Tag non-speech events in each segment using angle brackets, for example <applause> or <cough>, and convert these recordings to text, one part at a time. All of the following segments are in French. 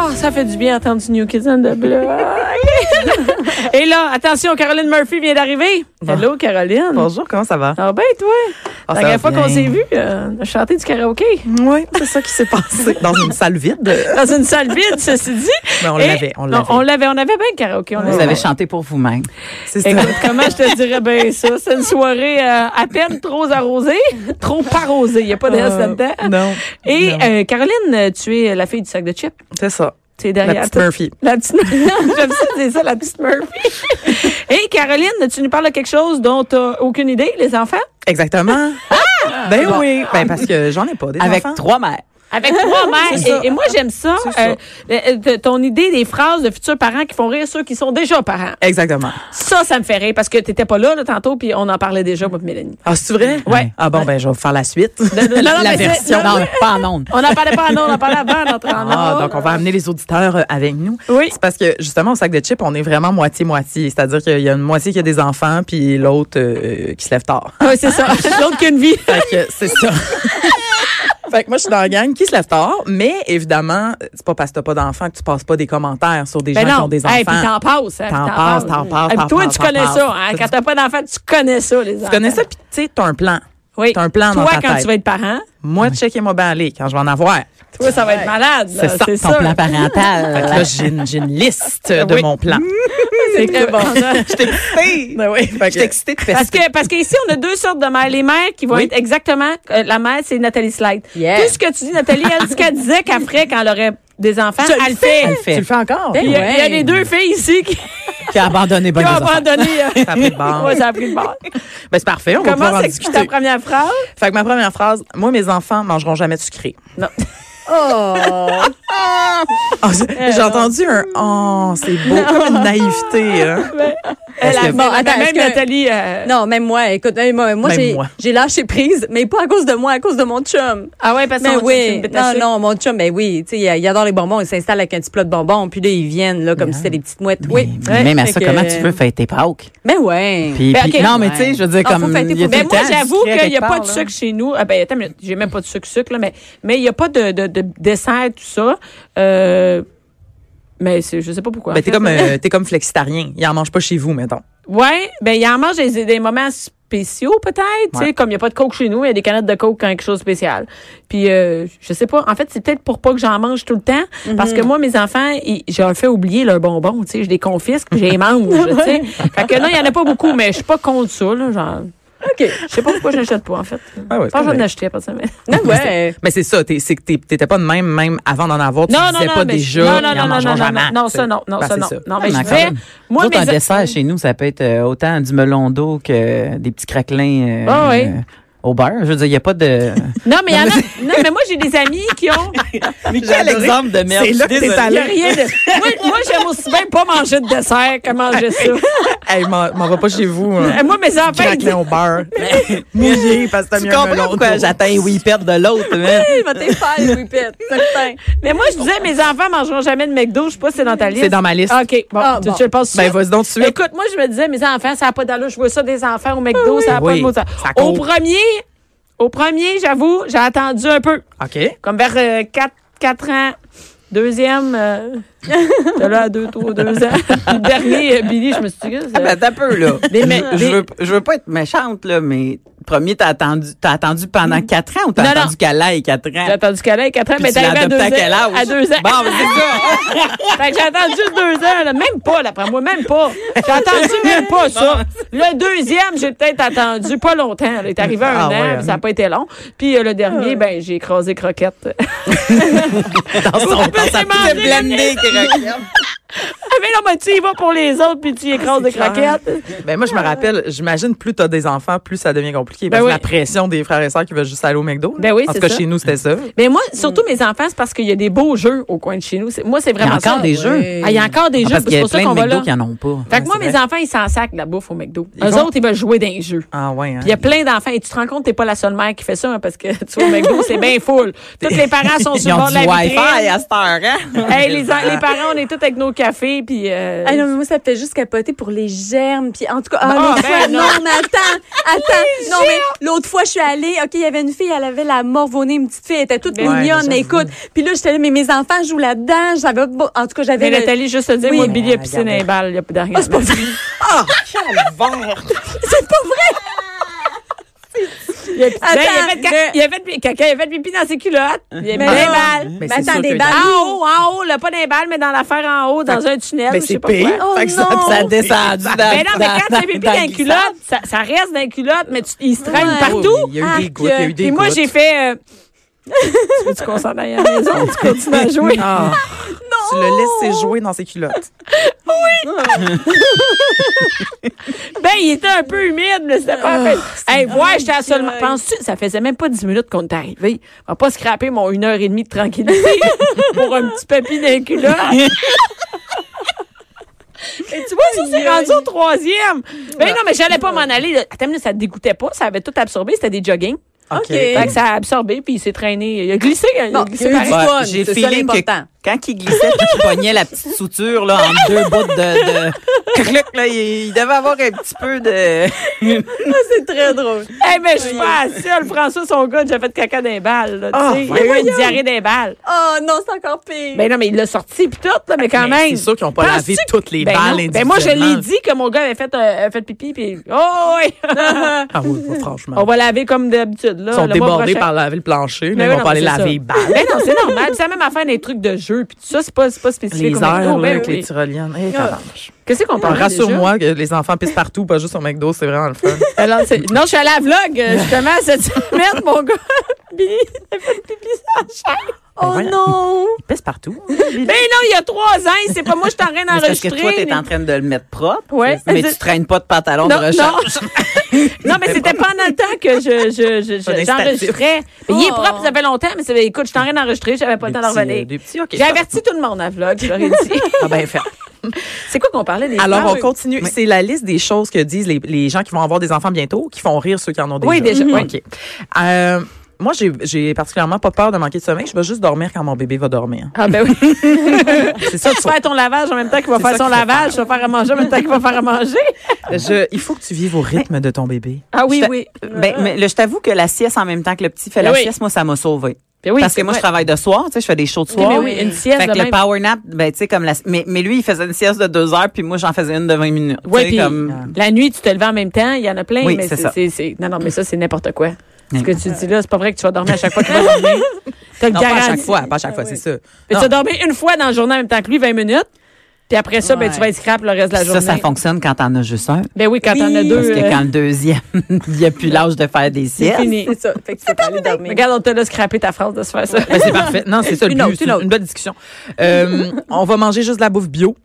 Ah, ça fait du bien d'entendre du New Kids on the <laughs> Block. Et là, attention, Caroline Murphy vient d'arriver. Hello, Caroline. Bonjour, comment ça va? Ça va bien, toi? Ah, la Hmm. ça dernière va fois qu'on bien. s'est vu, euh, on a chanté du karaoké Oui, c'est ça qui <laughs> s'est passé. Dans une salle vide. dans une salle vide, ceci dit. Mais on Et- l'avait, on Eh, Non, l'avait. On l'avait, on avait bien le karaoké. On Vous l'avait. avez chanté pour vous-même. C'est ça. Écoute, comment je te dirais bien ça? C'est une soirée euh, à peine trop arrosée, <laughs> trop arrosée. Il n'y a pas de reste Euh, là-dedans. Non. Et non. euh, Caroline, euh, tu es la fille du sac de chips. c'est ça. Tu es La derrière petite tout- Murphy. La petite <laughs> J'aime ça, c'est ça, la petite Murphy. <laughs> Et Caroline, tu nous parles de quelque chose dont tu aucune idée, les enfants? Exactement. Ah! ben oui. Ben parce que j'en ai pas des Avec enfants. trois mères. Avec trois <laughs> mères. Et, et moi, j'aime ça. ça. Euh, le- le- ton idée des phrases de futurs parents qui font rire ceux qui sont déjà parents. Exactement. Ça, ça me fait rire parce que t'étais pas là, là, tantôt, puis on en parlait déjà, moi, puis Mélanie. Ah, c'est vrai? Ouais. Ah bon, ben je vais faire la suite. non, non, la Ah, mais c'est- version, non, non, pas en ondes. On n'en parlait pas en ondes, on en parlait avant d'entrer en Ah, ondes. donc on va amener les auditeurs euh, avec nous. Oui. C'est parce que justement au sac de chips, on est vraiment moitié-moitié. C'est-à-dire qu'il y a une moitié qui a des enfants, puis l'autre euh, qui se lève tard. Oui, Ah, <laughs> c'est ça. L'autre qu'une vie. Fait que c'est ça. <laughs> Fait que moi, je suis dans la gang qui se lève tard, mais évidemment, c'est pas parce que t'as pas d'enfants que tu passes pas des commentaires sur des Ben gens qui non. ont des enfants. Hey, puis t'en passes. hein, puis T'en passes, t'en passes, Ah, puis t'en Toi, passes, tu connais t'en ça. passes. hein, Quand t'as pas d'enfant, tu connais ça, les enfants. tu connais ça, puis tu sais, t'as un plan. Oui. T'as un plan Toi, dans ta quand tête. tu vas être parent, Moi, checkez-moi bien aller quand je vais en avoir. toi, ça va être malade. là, C'est ça, <laughs> C'est ton Ton sûr. plan Fait que parental. euh, là, j'ai une, j'ai une liste de Ben Oui. mon plan. <laughs> <laughs> C'est très bon. <laughs> ça. Je t'ai excitée. Ben oui. Fait que- Je t'ai excitée de faire Parce que parce qu'ici on a deux sortes de mères, les mères qui vont Oui. être exactement euh, la mère c'est Nathalie Slide. Yeah. Tout ce que tu dis Nathalie, elle ce qu'elle disait qu'après quand elle aurait des enfants, Je elle le fait. Elle le Tu fait. le fais Ben encore? Il y, a, il y a Ouais. les deux filles ici qui, qui Tu as abandonné ont bonne abandonné. <laughs> euh, Ça a pris de bord. ouais, ça a pris le bord. Ben, c'est parfait, Ah. on va Comment pouvoir en c'est que ta discuter. première phrase? Fait que ma première phrase, moi, mes enfants mangeront jamais <laughs> de sucré. Non. Oh! Ah, j'ai Eh j'ai entendu un « oh, c'est beau », <laughs> comme une naïveté. hein. Elle Parce a que- Bon, attends, même est-ce que- Nathalie. euh, Non, même moi, écoute, même moi, moi, Même j'ai- moi. j'ai lâché prise, mais pas à cause de moi, à cause de mon chum. Ah ouais, parce que Mais c'est une oui, bête à non, sucre. non, mon chum, ben oui, tu sais, il- il adore les bonbons, il s'installe avec un petit plat de bonbons, puis là, ils viennent, là, comme si c'était des petites mouettes. Oui. Ah. Mais Même à Fait ça, que- comment tu veux fêter Pâques? Mais ouais. Puis, Ben, puis- ok. non, mais tu sais, je veux dire, Ah, faut comme. fêter il y a pour- Ben tout Tout moi, le temps du j'avoue qu'il sucré n'y a quelque pas part, de là. sucre chez nous. Ah ben, attends, une minute, j'ai même pas de sucre, sucre, là, mais mais il n'y a pas de, de, de dessert, tout ça. Euh, mais c'est- je sais pas pourquoi. Ben, en t'es fait. comme, euh, t'es comme flexitarien. Il en mange pas chez vous, mettons. Ouais, ben, il en mange des, des moments spéciaux, peut-être. tu sais, Ouais. Comme il n'y a pas de coke chez nous, il y a des canettes de coke quand quelque chose de spécial. Puis, euh, je sais pas. En fait, c'est peut-être pour pas que j'en mange tout le temps. Parce que moi, mes enfants, ils- je leur fais oublier leurs bonbons. tu sais, Je les confisque, puis je les mange. tu sais. Fait que non, il n'y en a pas beaucoup, mais je suis pas contre ça. Là, genre. OK. Je sais pas pourquoi je n'achète pas, en fait. Ah ouais, je pense que c'est j'en vrai. achetais, personnellement. Non, Ben ouais. Mais c'est ça, t'es- c'est que t'es- t'étais pas de même, même avant d'en avoir, tu Non, non, disais non, pas mais déjà, non, non, ils en non, non, mangeront non, jamais. non, non, ça, non, non, Ben, ça, c'est non. Non, mais je Ah, mais vais, quand même. moi, Nous autres, mes un dessert chez nous, ça peut être euh, autant du melon d'eau que des petits craquelins euh, Ah ouais. euh, au beurre. Je veux dire, il n'y a <laughs> pas de. Non, mais il y en a, non, mais moi, j'ai des amis qui ont, mais quel exemple de merde! C'est là que t'es il y a allé. rien de, moi, moi, j'aime aussi bien pas manger de dessert que manger ça. <laughs> Hey, m'en m'en va pas chez vous. Et <laughs> Hein. moi, mes enfants, ils disent, Craquelin <laughs> au beurre. <laughs> Mouillé, parce que t'as Tu mis un comprends melon pourquoi autour. j'atteins oui perdre de l'autre, <laughs> hein? mais. Il va te faire les whippets, certain. mais moi, je disais, mes enfants mangeront jamais de McDo, je sais pas si c'est dans ta liste. C'est dans ma liste. OK, Eh, bon, Ah, tu, bon. tu le passes Ben, sur- vas-y donc tout de suite. Écoute, moi, je me disais, mes enfants, ça n'a pas d'allure. Je vois ça des enfants au McDo, ça n'a Ah Oui, pas de mot. de sens. ça Au court. premier, au premier, j'avoue, j'ai attendu un peu. OK. Comme vers 4, ans. Deuxième, euh, <laughs> de là à deux, trois, deux ans. Puis dernier, euh, Billy, je me suis dit, que c'est- Ah, ben, t'as peu, là. Des me- je, je des- veux, je veux pas être méchante, là, mais premier, t'as attendu, t'as attendu pendant quatre ans ou t'as Mm. Non, non. attendu qu'elle aille quatre ans? j'ai attendu qu'elle ait 4 ans, Puis mais tu t'es l'as arrivé à deux adoptée à quel ans. âge? À deux ans. Bon, ben, c'est <laughs> ça. Fait que j'ai attendu juste deux ans, là. même pas, là, après moi, même pas. J'ai attendu même pas ça. Le deuxième, j'ai peut-être attendu pas longtemps. là. Il est arrivé à un Ah, an, ouais, hein. puis ça n'a pas été long. Puis euh, le dernier, ben, j'ai écrasé Croquette. <laughs> Dans son peut temps, ça s'émanger, peut blender, qui regarde. mais là, ben, tu y vas pour les autres, puis Ah, tu écrases des croquettes. Ben moi, je me rappelle, j'imagine plus t'as des enfants, plus ça devient compliqué. Ben parce que oui. la pression des frères et sœurs qui veulent juste aller au McDo. là. Ben oui, en tout c'est cas, ça. chez nous, c'était ça. Mais moi, surtout mes enfants, c'est parce qu'il y a des beaux jeux au coin de chez nous. C'est- Moi, c'est Il y vraiment a encore ça. des jeux. Ah, il y a encore des jeux, Ah, parce puis qu'il y c'est a pour ça plein qu'on de va McDo là. qui n'en ont pas. Fait que moi, c'est mes vrai. enfants, ils s'en sacent de la bouffe au McDo. Ils Eux vont- autres, ils veulent jouer dans les jeux. Ah ouais. hein. Puis il y a plein d'enfants. Et tu te rends compte, t'es pas la seule mère qui fait ça, hein, parce que <laughs> tu vois, au McDo, c'est bien full. Tous les parents sont sur Ils le ont bord du de la Wi-Fi vitrine. à cette heure, hein? Hey, les, les parents, on est tous avec nos cafés, puis... euh, Ah non, mais moi, ça me fait juste capoter pour les germes. Puis en tout cas, ah, Ah, l'autre ben fois, non. non. mais attends, attends. non, mais l'autre fois, je suis allée, OK, il y avait une fille, elle avait la morve au nez, une petite fille, elle était toute Ben ouais, mignonne, mais écoute. Puis là, j'étais là, mais mes enfants jouent là-dedans. J'avais, beau- en tout cas, Mais j'avais. le- Nathalie, juste te dire, Oui. moi, Billy a pissé Regarde. dans les balles, il n'y a plus d'argent. Ah, <laughs> c'est pas vrai. <laughs> C'est pas vrai. Ben, Il a pissé- il Attends, a fait caca- le- il a fait pi- caca, il a fait pipi dans ses culottes. Il a mis Mais dans les non. balles. Ah. Mais Mais c'est attends, sûr des que- balles. En haut, en haut, là, pas dans les balles, mais dans l'affaire en haut, dans un tunnel, Mais je sais Ben, c'est pas quoi. pire. Fait que ça, Oh non. ça a descendu descendu dans- Mais dans Ben non, mais quand Dans- t'as pipi dans- dans dans les le culottes, ça, ça reste dans les culottes, mais tu, il se traîne Ouais. partout. Oh, Ah, Il y a eu des gouttes, il y a eu des Et moi, gouttes. j'ai fait... euh, <laughs> tu veux-tu qu'on s'en aille à la maison? <laughs> Tu continues à jouer? <laughs> Ah. Tu le laisses jouer dans ses culottes. Ben, il était un peu humide, mais c'était pas fait. Hey, ouais, j'étais à seulement. Penses-tu, ça faisait même pas 10 minutes qu'on est arrivé. On va pas scraper mon une heure et demie de tranquillité <laughs> pour un petit papy d'un culotte. <laughs> Et tu vois, ça, c'est rendu au troisième. Ben non, mais j'allais pas m'en aller. là. Attends, une minute, ça te dégoûtait pas. Ça avait tout absorbé. C'était des jogging. OK. Ben, Fait que ça a absorbé, puis il s'est traîné. Il a glissé. Il a Bon, glissé il y a eu pareil. du fun, j'ai c'est ça feeling que l'important. quand il glissait puis qu'il pognait la petite souture là, en deux bouts de, de cluc, là, il, il devait avoir un petit peu de. <laughs> C'est très drôle. Hey, Eh, mais je suis pas la seule. François, son gars, j'ai fait caca d'un balles. là, tu Ah, sais. il a eu une diarrhée d'un balles. Oh non, c'est encore pire. Ben non, mais il l'a sorti puis tout, là, mais quand Mais même. C'est sûr qu'ils n'ont pas Ben, Penses-tu lavé que- toutes les Ben non. balles Ben moi, je l'ai individuellement. dit que mon gars avait fait, euh, avait fait pipi, puis oh <laughs> oui! Ah oui, bah, On franchement. va laver comme d'habitude. là, Ils sont le mois débordés prochain. par laver le plancher, mais Ben ils oui, vont non, pas aller mais c'est laver ça. les balles. Ben non, c'est normal. Puis ça même affaire des trucs de jeu, puis tout ça, c'est pas, c'est pas spécifique. Les au McDo, airs, là, ben oui. avec Ah. Ben les tyroliennes. Eh, tabarnouche. Qu'est-ce qu'on parle? Rassure-moi que les enfants pissent partout, pas juste au McDo, c'est vraiment <laughs> le fun. Alors, c'est- non, je suis allée à la vlog, euh, justement, cette <laughs> semaine, mon gars. Billy, il a fait pipi sur la chaise. oh voyons. non. Il pèse partout. Ben non, il y a trois ans, c'est pas moi, je suis en train Mais c'est parce que d'enregistrer. toi, t'es en train de le mettre propre. Ouais. Mais tu traînes pas de pantalon de recharge. non, mais c'était pendant le temps que je, je, je- Pas je- j'enregistrais. Mais Il est Oh. propre, ça fait longtemps, mais c'est- écoute, je suis en train d'enregistrer, j'avais pas le temps d'en petits, revenir. euh, des petits, ok. J'ai averti tout le monde à vlog, je leur ai <laughs> dit. Ah, ben, fait. C'est quoi qu'on parlait des Alors, fleurs? on continue. C'est la liste des choses que disent les, les gens qui vont avoir des enfants bientôt, qui font rire ceux qui en ont déjà. Oui, déjà, oui. OK. Euh, moi, j'ai- j'ai particulièrement pas peur de manquer de sommeil. Je vais juste dormir quand mon bébé va dormir. Ah ben oui, C'est ça, tu <laughs> vas faire ton lavage en même temps qu'il va C'est faire ça son qu'il faut lavage, tu vas faire à manger en même temps qu'il va faire à manger. Je- il faut que tu vives au rythme de ton bébé. Ah oui, Je t'a- oui. Ben, mais là, je t'avoue que la sieste en même temps que le petit fait la Oui. sieste, moi, ça m'a sauvé. Ben oui, Parce que c'est moi, je vrai. travaille de soir, tu sais, je fais des shows de Oui, soir. mais oui, une sieste Fait de que le même. power nap, ben, tu sais, comme la, mais, mais lui, il faisait une sieste de deux heures, puis moi, j'en faisais une de 20 minutes. Tu Ouais, sais, puis comme, la nuit, tu te levais en même temps, il y en a plein, Oui, mais c'est c'est, ça. c'est- c'est- Non, non, mais ça, c'est n'importe quoi. Ce Mm. que tu dis là, c'est pas vrai que tu vas dormir à chaque fois que tu vas dormir. T'as le Non, pas à chaque garanti- fois, pas à chaque fois, c'est ça. Mais Non. tu as dormi une fois dans la journée en même temps que lui, 20 minutes. Puis après ça, ben, Ouais. tu vas être scrap le reste de la ça, journée. ça fonctionne quand t'en as juste un. Ben oui, quand t'en as Parce deux. que euh, quand le deuxième, <laughs> il a plus l'âge de faire des c'est siestes. fini. C'est ça. Fait que tu peux pas aller dormir. Regarde, on te l'a scrappé ta phrase de se faire ça. Ben, c'est parfait. Non, c'est ça le Une but. autre, C'est une une, autre. bonne discussion. Euh, on va manger juste de la bouffe bio.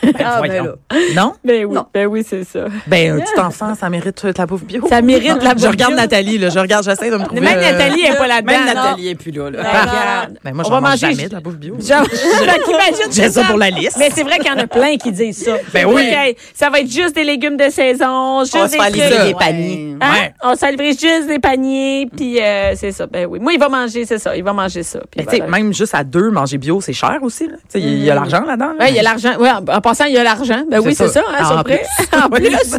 Ben, Ah, ben voyons. Non? Ben oui, Non. ben oui, c'est ça. Ben, un petit enfant, ça mérite euh, de la bouffe bio. Ça mérite de la Je regarde bouffe bio. Nathalie, là. Je regarde, j'essaie de me trouver. Même euh, Nathalie n'est pas là-dedans. Même non. Nathalie est plus là, là. Ben, non, regarde. Ben, moi, On j'en va mange manger- jamais de la bouffe bio. Genre, fait qu'imagine J'ai tout ça pour la liste. Mais c'est vrai qu'il y en a plein qui disent ça. Ben oui. Ok, ça va être juste des légumes de saison, juste On va se des faire livrer trucs. des Ouais. paniers. Hein? Ouais. On s'enlèverait juste des paniers, puis euh, c'est ça. Ben oui. Moi, il va manger, c'est ça. Il va manger ça. puis Mais Ben, tu sais, voilà. Mm. même juste à deux, manger bio, c'est cher aussi. là. Tu sais, Il y a- il y a l'argent là-dedans. là. Ouais, il y a l'argent. Ouais, en, en passant, il y a l'argent. Ben oui, C'est c'est ça. ça, hein, Ah, sont en prêts. plus. <laughs> en plus.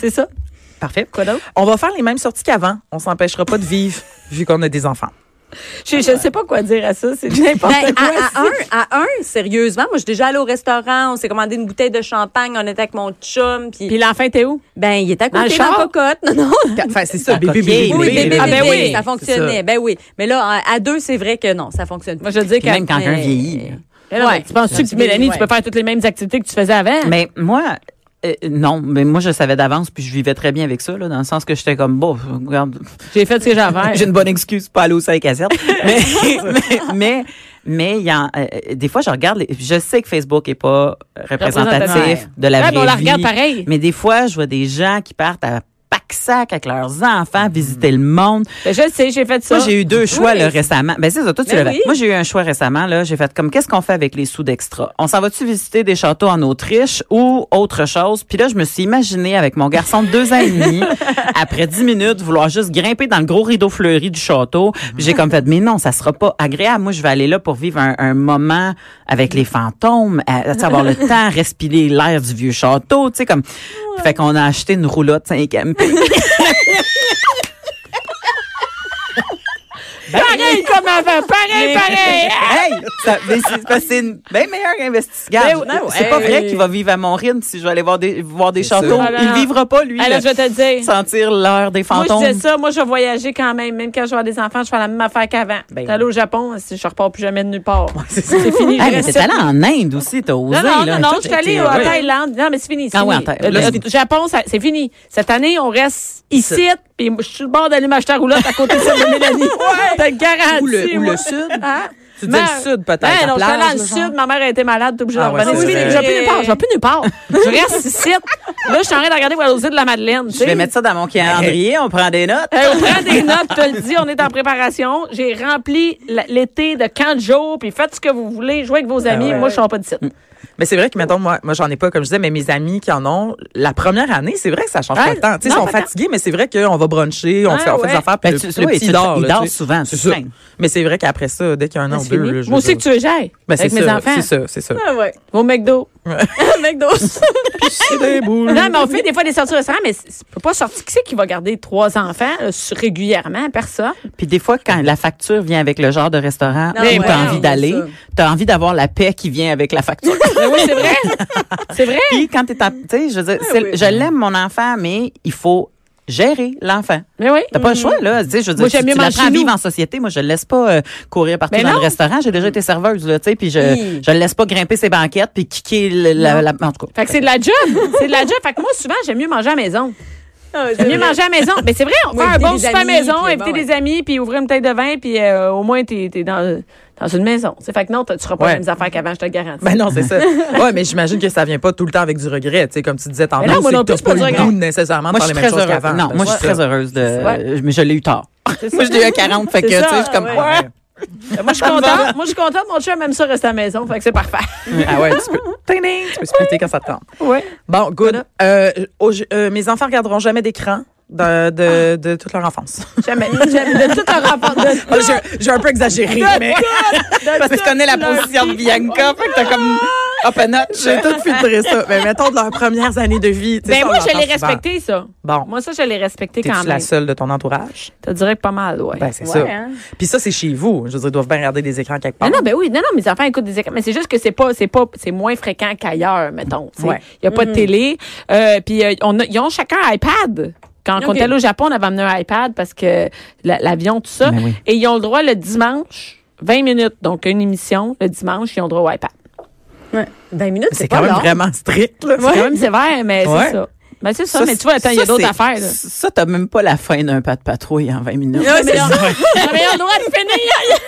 c'est ça. Parfait. Quoi d'autre? On va faire les mêmes sorties qu'avant. On s'empêchera pas de vivre vu qu'on a <laughs> des enfants. Je, je sais pas quoi dire à ça. C'est n'importe Ben, quoi. à, à un, à un, sérieusement, moi, je suis déjà allée au restaurant, on s'est commandé une bouteille de champagne, on était avec mon chum, puis Puis l'enfant, t'es où? ben, il était à Dans le côté dans, char? la cocotte. <laughs> Non, non. Enfin, c'est ça, Ah, bébé, ok. bébé, Oui, Oui, bébé. bébé, Ah, ben bébé, oui. ça fonctionnait. Ben oui. Mais là, à à deux, c'est vrai que non, ça fonctionne Moi, pas. je dis Puis même quand quelqu'un vieillit. là. Mais non, Ouais. <laughs> mais Tu penses-tu que Mélanie, tu peux faire toutes les mêmes activités que tu faisais avant? Mais moi, euh, non, mais moi, je savais d'avance, puis je vivais très bien avec ça, là, dans le sens que j'étais comme, bon, regarde, J'ai fait ce que j'avais. à <laughs> j'ai faire. une bonne excuse pour pas aller au <laughs> 5 à 7. mais, mais, mais, mais il y en- euh, euh, des fois, je regarde, les- je sais que Facebook est pas Représentatif. représentatif de la Ouais, vraie mais on la vie. regarde pareil. Mais des fois, je vois des gens qui partent à Pacsac avec leurs enfants, Mm. visiter le monde. Ben, je le sais, j'ai fait ça. Moi, j'ai eu deux choix Oui. là, récemment. Ben, c'est ça, toi, tu Ben l'as- oui. Moi, j'ai eu un choix récemment. là. J'ai fait comme, qu'est-ce qu'on fait avec les sous d'extra? On s'en va-tu visiter des châteaux en Autriche ou autre chose? Puis là, je me suis imaginée avec mon garçon de deux ans <laughs> et demi, après dix minutes, vouloir juste grimper dans le gros rideau fleuri du château. Puis J'ai comme fait, mais non, ça sera pas agréable. Moi, je vais aller là pour vivre un, un moment avec les fantômes, à, à savoir <laughs> le temps, respirer l'air du vieux château, tu sais, comme... Fait qu'on a acheté une roulotte 5 Ben, Pareil comme avant, pareil, pareil. <laughs> hey, ça- mais c'est parce que c'est une bien meilleure investigation. hein? Ben oui. Ah C'est pas Hey. vrai qu'il va vivre à mon rythme si je vais aller voir des, voir des C'est châteaux. sûr. Il vivra pas, lui. Alors, le- je vais te dire. sentir l'heure des Moi, je fantômes. disais ça. Moi, je vais voyager quand même. Même quand je vais avoir des enfants, je fais la même affaire qu'avant. Ben. T'es allé au Japon, si je repars plus jamais de nulle part. c'est ça. c'est fini. Ah, je mais reste t'es allé en Inde aussi, t'as osé. Non, non, là. non, non, Toi, je suis allée t'es- en ouais. Thaïlande. Non, mais c'est fini. c'est Ah ouais, fini. en Thaï- Le- là, le Japon, ça- c'est fini. Cette année, on reste ici, puis je suis sur le bord d'aller m'acheter la roulotte à côté de <laughs> celle de Mélanie. T'as garanti. Ou le- ou moi. le sud. Hein? Tu dis le sud, peut-être, Ben, la non, je suis allée plage, dans le là, genre. sud, ma mère a été malade, t'es obligée Ah d'en ouais, revenir. c'est C'est fini, vrai. J'ai plus nulle part, j'ai plus nulle part. <laughs> Je reste ici. Là, je suis en train de regarder pour aller aux îles de la Madeleine. tu Je vais sais. mettre ça dans mon calendrier, on prend des notes. Hey, on prend des notes, je te le dis, on est en préparation. J'ai rempli la- l'été de 40 jours, puis faites ce que vous voulez, jouez avec vos amis. Ah ouais. Mm. Moi, je suis pas de site. Mais c'est vrai que, mettons, moi, moi j'en ai pas, comme je disais, mais mes amis qui en ont, la première année, c'est vrai que ça change Ouais, pas le temps. Tu sais, ils non, sont pas tant. fatigués, mais c'est vrai qu'on va bruncher, on, Ah, fait, on fait ouais. des affaires, puis Ben, le, tu- le oui, petit tu- dort. il là, dort tu sais. souvent, C'est tu ça. sais. Mais c'est vrai qu'après ça, dès qu'il y a un an Non, ou c'est deux, fini. là, je Moi veux aussi dire- que tu veux j'aille. Ben, c'est avec mes ça, enfants. C'est ça, c'est ça. Ah ouais. <laughs> Au McDo. <laughs> McDo. C'est des boules. Non, mais on fait des fois des sorties au restaurant, mais c- tu peux pas sortir. Qui c'est qui va garder trois enfants euh, sur- régulièrement? Personne. Puis des fois, quand la facture vient avec le genre de restaurant Non, où ouais, t'as non, envie d'aller, c'est ça. t'as envie d'avoir la paix qui vient avec <laughs> la facture. Mais Ben oui, c'est vrai. C'est vrai. Puis quand t'es en, tu sais, je veux Ben dire, c'est- oui. je l'aime mon enfant, mais il faut gérer l'enfant. Mais oui. T'as pas le choix, là. Tu sais, je veux dire, Moi, tu, j'aime mieux tu l'apprends manger à nous. vivre en société. Moi, je le laisse pas euh, courir partout Mais dans non. le restaurant. J'ai déjà été serveuse, là, tu sais, puis je, Hi. je le laisse pas grimper ses banquettes puis kicker le- la, la, en tout cas. Fait que c'est de la job. C'est de la job. Fait que moi, souvent, j'aime mieux manger à la maison. Ah, J'aime mieux manger à la maison. Mais c'est vrai, on Moi, fait un inviter bon des super amis, maison, puis inviter bon, ouais. des amis, puis ouvrir une taille de vin, puis euh, au moins, t'es es dans, dans une maison. C'est fait que non, t'as- tu feras pas Ouais. les mêmes affaires qu'avant, je te le garantis. Ben non, c'est ça. Ouais, mais j'imagine que ça vient pas tout le temps avec du regret, tu sais, comme tu disais tantôt, Mais non, moi c'est non plus, que t'as c'est pas pas du le regret. goût nécessairement de Moi, faire je suis les mêmes très choses heureuse. qu'avant. Non, Ben, moi, je c'est suis ça. très heureuse de, Ouais. mais je l'ai eu tard. <laughs> Moi, je l'ai eu à 40, fait que, tu C'est sais, ça, je suis comme, ouais. ah, Moi, je suis contente. Moi, je suis contente. Mon chum aime ça rester à la maison. Fait que c'est parfait. Ah ouais, tu peux. Ting, ting, tu peux splitter quand ça te tente. Ouais. Bon, good. Euh, au- je- euh, mes enfants regarderont jamais d'écran de, de, de toute leur enfance. <laughs> Jamais. Jamais. De tout un rapport. De, Ah, j'ai- J'ai un peu exagéré, mais <laughs> <laughs> parce que je connais la position de Bianca, fait que t'as comme, hop a notch. j'ai tout filtré ça. Mais mettons de leurs premières années de vie. tu sais, Ben ça, on moi, je l'entend l'ai souvent. respecté, ça. Bon. Moi, ça, je l'ai respecté quand T'es-tu la même. seule de ton entourage? T'as dirais que pas mal, ouais. Ben, c'est Ouais, ça. hein. Puis ça, c'est chez vous. Je veux dire, ils doivent bien regarder des écrans quelque part. Non, non, ben oui, non, non, mes enfants écoutent des écrans. Mais c'est juste que c'est pas, c'est pas, c'est moins fréquent qu'ailleurs, mettons. Il Ouais. y a Mm-hmm. pas de télé. Euh, puis euh, on a- ils ont chacun un iPad. Quand on Ok. était allé au Japon, on avait amené un iPad parce que la- l'avion, tout ça. Ben oui. Et ils ont le droit le dimanche, 20 minutes, donc une émission, le dimanche, ils ont le droit au iPad. Ouais. 20 minutes, C'est c'est quand pas même long. vraiment strict, là. C'est quand même sévère, mais Ouais. c'est ça. Ben c'est ça, Ça, mais tu vois, attends, il y a ça, d'autres c'est- affaires. là. Ça, t'as même pas la fin d'un pas de patrouille en 20 minutes. <laughs> Non, mais on- <laughs> non, mais on a le droit de finir.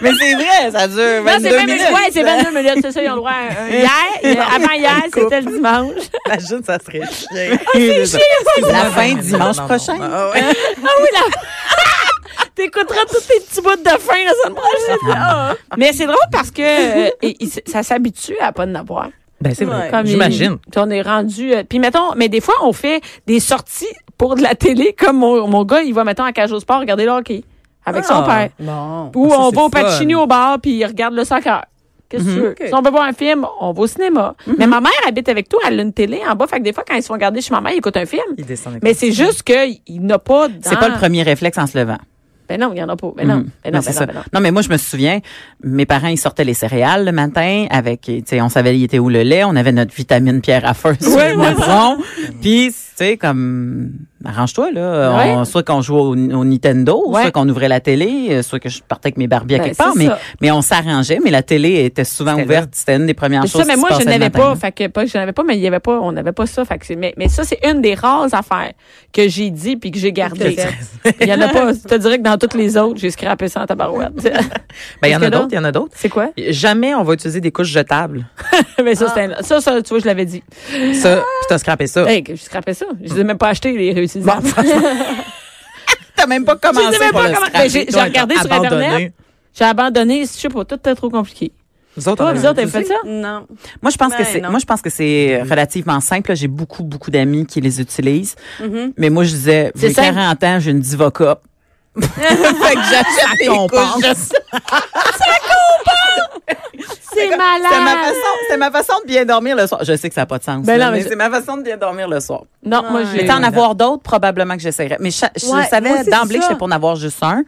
mais c'est vrai, ça dure Non, c'est 22 même minutes. ouais, c'est 22 minutes, c'est ça, ils ont le droit à un- hier, euh, avant hier, c'était le dimanche. Imagine, ça serait chiant. La fin dimanche Non, non, non. prochain. Ah ouais. Ah oui, là. T'écouteras tous tes petits bouts de fin la semaine prochaine. Ah. Mais c'est drôle parce que euh, il- il s- ça s'habitue à pas de n'avoir. Ben, c'est vrai. Comme il- J'imagine. puis on est rendu. euh, puis mettons, mais des fois, on fait des sorties pour de la télé, comme mon, mon gars, il va, mettons, à Cage au Sport regarder le hockey avec son père. Bon. Ou Ça, on c'est va au fun. Pacini au bar puis il regarde le soccer. Qu'est-ce que tu veux? Ok. Si on veut voir un film, on va au cinéma. Mais ma mère habite avec toi, elle a une télé en bas. Fait que des fois, quand ils se font regarder chez ma mère, ils écoutent un film. Il descend avec Mais c'est juste qu'il n'a pas. dans- C'est pas le premier réflexe en se levant. Ben non, il n'y en a pas. Ben non, Mhm. ben Ah. non, c'est ben ça. non, ben non. Non, mais moi, je me souviens, mes parents, ils sortaient les céréales le matin avec, tu sais, on savait il était où le lait, on avait notre vitamine pierre à feu sur Ouais, le ouais, maison. Puis, tu sais, comme, arrange-toi, là. Ouais. On- soit qu'on jouait au, au Nintendo, Ouais. soit qu'on ouvrait la télé, euh, soit que je partais avec mes Barbies Ben, à quelque part, c'est mais, ça. mais on s'arrangeait, mais la télé était souvent C'était ouverte. C'était une des premières C'est choses ça, mais qui moi, se je passait le n'avais matin, pas. là. Fait que, pas que je n'avais pas, mais il y avait pas, on n'avait pas ça. Fait que c'est- mais, mais ça, c'est une des rares affaires que j'ai dit puis que j'ai gardé. il y en a pas. Je te dirais que dans toutes les autres, j'ai scrappé ça en tabarouette. Parce Ben, il y en <laughs> a que là- d'autres, il y en a d'autres. c'est quoi? Jamais on va utiliser des couches jetables. <laughs> mais ça, Ah. c'était un- ça, ça, tu vois, je l'avais dit. Ça, puis t'as scrappé ça. Hey, que je scrappais ça. Je les ai même pas acheté les réutilisables. <laughs> T'as même pas Je commencé sais même pour pas le comment- scraper, Ben, j'ai- toi, j'ai regardé sur abandonné. Internet. J'ai abandonné, je sais pas, tout était trop compliqué. Vous autres, on Toi, a- vous autres, avez fait ça? Non. Moi, je pense que Ben, c'est, non. moi, je pense que c'est relativement simple. là. J'ai beaucoup, beaucoup d'amis qui les utilisent. Mais moi, je disais, C'est j'ai simple. 40 ans, j'ai une <laughs> Divocop. fait que j'achète des compense. couches. Je- C'est C'est ma malade! façon, c'est ma façon de bien dormir le soir. Je sais que ça n'a pas de sens. Ben là, non, mais mais je- c'est ma façon de bien dormir le soir. Non, moi, j'ai. Mais t'en avoir d'autres, probablement que j'essaierais. Mais cha- je Ouais, moi savais aussi, d'emblée que c'est je ça. pour en avoir juste un.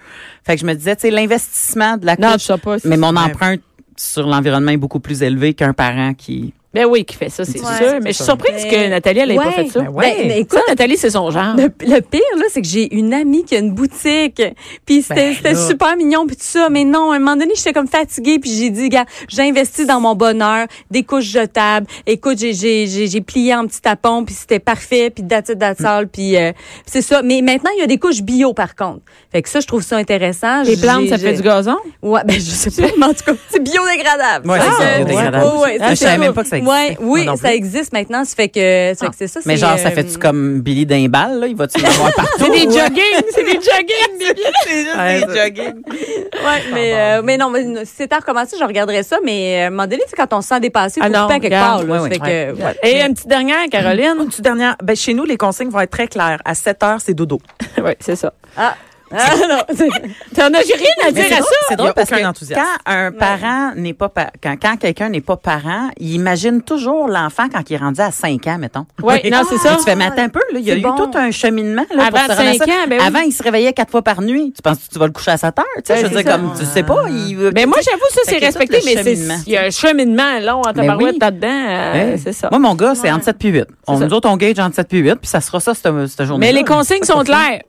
Fait que je me disais, tu sais, l'investissement de la Non, je couche. sais pas. c'est- Mais mon empreinte sur l'environnement est beaucoup plus élevée qu'un parent qui. Ben oui, qui fait ça, c'est Ouais. sûr. Mais je suis surprise Ben Mais- que Nathalie, elle ait pas Ouais. fait ça. Ben ouais. Ben, mais écoute, Ça, Nathalie, c'est son genre. Le, le pire, là, c'est que j'ai une amie qui a une boutique. Puis c'était Ben, c'était là. super mignon, puis tout ça. Mais non, à un moment donné, j'étais comme fatiguée, puis j'ai dit, gars, j'investis dans mon bonheur, des couches jetables. Écoute, j'ai- j'ai j'ai- j'ai plié en petit tapon, puis c'était parfait, puis that's it, that's all, puis euh, c'est ça. Mais maintenant, il y a des couches bio, par contre. Fait que ça, je trouve ça intéressant. Les J'ai- plantes, ça j'ai- fait du gazon? Ouais, ben je sais pas, mais en tout cas, c'est biodégradable. Ouais, Ça, c'est ça, euh, biodégradable. ouais, ouais, Ah, ça, je savais c'est- même pas que ça existait. Ouais, oui, Moi non ça plus. existe maintenant, ça fait que, ça fait que c'est ça. Ah. Mais c'est, genre, ça euh, fait-tu comme Billy Dimbal, là? Il va-tu l'avoir <laughs> partout? C'est des joggings, c'est des joggings, des biens. Ouais, ça- Ouais, mais, Ah, euh, mais non, mais non, si c'était à recommencer, je regarderais ça, mais euh, à un moment donné, tu sais, quand on se sent dépassé, Ah faut non, couper à quelque regarde, part. Là, ouais, Ça ouais, fait que, ouais. Et une petite dernière, <laughs> Caroline. Une dernière, ben, chez nous, les consignes vont être très claires. À 7 heures, c'est dodo. oui, c'est ça. Ah, <laughs> ah, non, c'est- T'en as j'ai rien à dire à ça. Il C'est y drôle a parce que aucun enthousiasme. quand un parent n'est pas pa- quand, quand quelqu'un n'est pas parent, il imagine toujours l'enfant quand il est rendu à 5 ans mettons. <laughs> Oui, non, c'est ça. Et tu fais mais attends un peu là, il y a C'est eu bon. tout un cheminement là, pour Avant se rendre à 5 ça. ans, ben oui. Avant il se réveillait quatre fois par nuit. Tu penses que tu vas le coucher à 7 heures, tu sais, Ouais, je c'est veux dire ça. comme tu sais pas, il veut- Ben moi, j'avoue, ça, Fait c'est qu'il y a tout respecté, le mais c'est- cheminement. il y a un cheminement long en Ben tabarouette oui. là-dedans. euh, Ouais. C'est ça. Moi mon gars, c'est entre 7 puis 8. On, ça. nous autres on gauge entre 7 puis 8 puis ça sera ça cette, cette journée. Mais les Ah, consignes sont claires.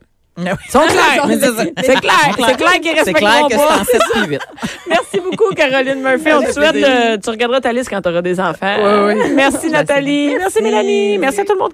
Sont <laughs> claires. Mais c'est ça. C'est clair. C'est clair qu'ils C'est clair respecteront que c'est en pas. 7 puis 8. <laughs> Merci beaucoup, Caroline Murphy. <laughs> On te souhaite, euh, tu regarderas ta liste quand tu auras des enfants. Merci, Nathalie. Merci, Mélanie. Merci à tout le monde.